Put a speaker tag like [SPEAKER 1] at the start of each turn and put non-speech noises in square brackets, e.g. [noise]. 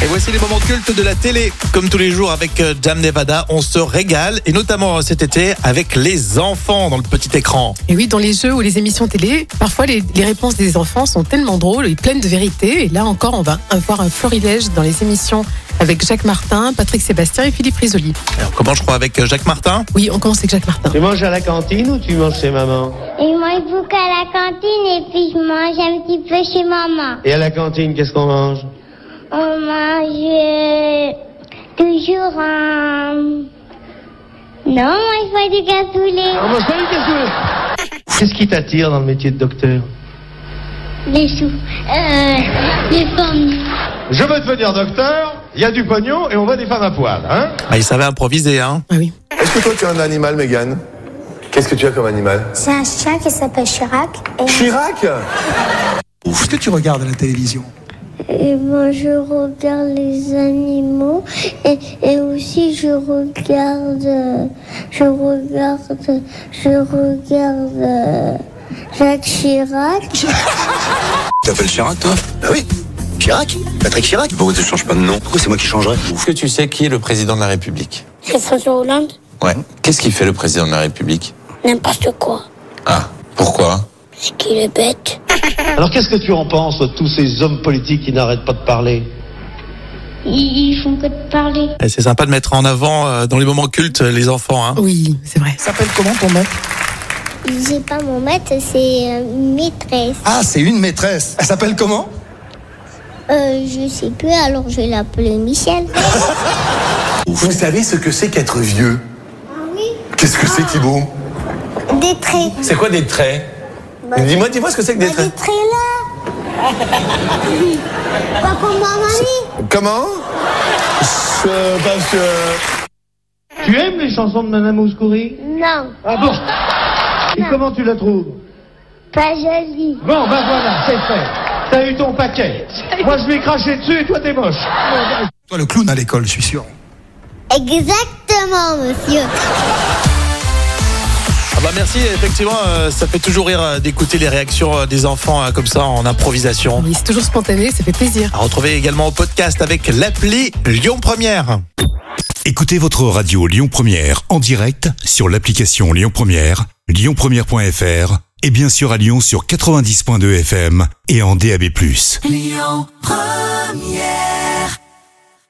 [SPEAKER 1] Et voici les moments cultes de la télé. Comme tous les jours avec euh, Jam Nevada, on se régale, et notamment euh, cet été avec les enfants dans le petit écran.
[SPEAKER 2] Et oui, dans les jeux ou les émissions télé, parfois les, les réponses des enfants sont tellement drôles et pleines de vérité. Et là encore, on va avoir un florilège dans les émissions avec Jacques Martin, Patrick Sébastien et Philippe Risoli.
[SPEAKER 1] Alors, comment je crois avec euh, Jacques Martin
[SPEAKER 2] Oui, on commence avec Jacques Martin.
[SPEAKER 3] Tu manges à la cantine ou tu manges chez maman
[SPEAKER 4] Et moi, je boucle à la cantine et puis je mange un petit peu chez maman.
[SPEAKER 3] Et à la cantine, qu'est-ce qu'on mange
[SPEAKER 4] On mange euh, toujours un... Non, moi, je fais du cassoulet.
[SPEAKER 3] On mange pas du cassoulet Qu'est-ce qui t'attire dans le métier de docteur
[SPEAKER 4] Les choux. Euh, les pommes.
[SPEAKER 3] Je veux devenir docteur, il y a du pognon et on va des femmes à poil, hein
[SPEAKER 1] ah, Il savait improviser, hein
[SPEAKER 2] Ah oui.
[SPEAKER 5] Est-ce que toi tu as un animal, Mégane Qu'est-ce que tu as comme animal
[SPEAKER 6] C'est un chien qui s'appelle Chirac.
[SPEAKER 5] Chirac
[SPEAKER 7] Qu'est-ce que tu regardes à la télévision
[SPEAKER 4] Et moi, je regarde les animaux et, et aussi je regarde, euh, je regarde, je regarde euh, Jacques Chirac.
[SPEAKER 8] T'appelles Chirac, toi
[SPEAKER 5] Ah oui Chirac Patrick Chirac
[SPEAKER 8] Pourquoi tu changes pas de nom
[SPEAKER 5] Pourquoi c'est moi qui changerais
[SPEAKER 8] Est-ce que tu sais qui est le président de la République
[SPEAKER 6] François Hollande,
[SPEAKER 8] Ouais. Qu'est-ce qu'il fait le président de la République
[SPEAKER 6] n'importe quoi.
[SPEAKER 8] Ah, pourquoi
[SPEAKER 6] C'est qu'il est bête.
[SPEAKER 3] Alors qu'est-ce que tu en penses, toi, de tous ces hommes politiques qui n'arrêtent pas de parler
[SPEAKER 4] Ils, ils font que de parler.
[SPEAKER 1] Et Eh, C'est sympa de mettre en avant euh, dans les moments cultes euh, les enfants. Hein.
[SPEAKER 2] Oui, c'est vrai.
[SPEAKER 7] S'appelle comment ton mec
[SPEAKER 4] J'ai pas mon maître, c'est euh, maîtresse.
[SPEAKER 7] Ah, c'est une maîtresse. Elle s'appelle comment
[SPEAKER 4] Euh, je sais plus, alors je vais l'appeler Michel.
[SPEAKER 7] [laughs]
[SPEAKER 5] Vous savez ce que c'est qu'être vieux
[SPEAKER 4] oui.
[SPEAKER 5] Qu'est-ce que c'est, Thibaut
[SPEAKER 4] Des traits. Bah.
[SPEAKER 8] C'est quoi des traits Dis-moi, dis-moi ce que c'est que des traits.
[SPEAKER 4] traits là. [laughs] Pas comme ma mamie.
[SPEAKER 5] Comment Je- Parce que...
[SPEAKER 3] Tu aimes les chansons de Madame Ouskouri
[SPEAKER 4] Non,
[SPEAKER 3] Ah bon Et comment tu la trouves
[SPEAKER 4] pas jolie.
[SPEAKER 3] Bon, ben voilà, c'est fait. T'as eu ton paquet. Moi, je vais cracher dessus et toi, t'es moche.
[SPEAKER 7] Toi, le clown à l'école, je suis sûr.
[SPEAKER 4] Exactement, monsieur.
[SPEAKER 1] Ah bah merci, effectivement, euh, ça fait toujours rire euh, d'écouter les réactions euh, des enfants euh, comme ça en improvisation.
[SPEAKER 2] Oui, c'est toujours spontané, ça fait plaisir.
[SPEAKER 1] À retrouver également au podcast avec l'appli Lyon Première.
[SPEAKER 9] Écoutez votre radio Lyon Première en direct sur l'application Lyon Première, lyonpremière.fr et bien sûr à Lyon sur 90.2 FM et en DAB+.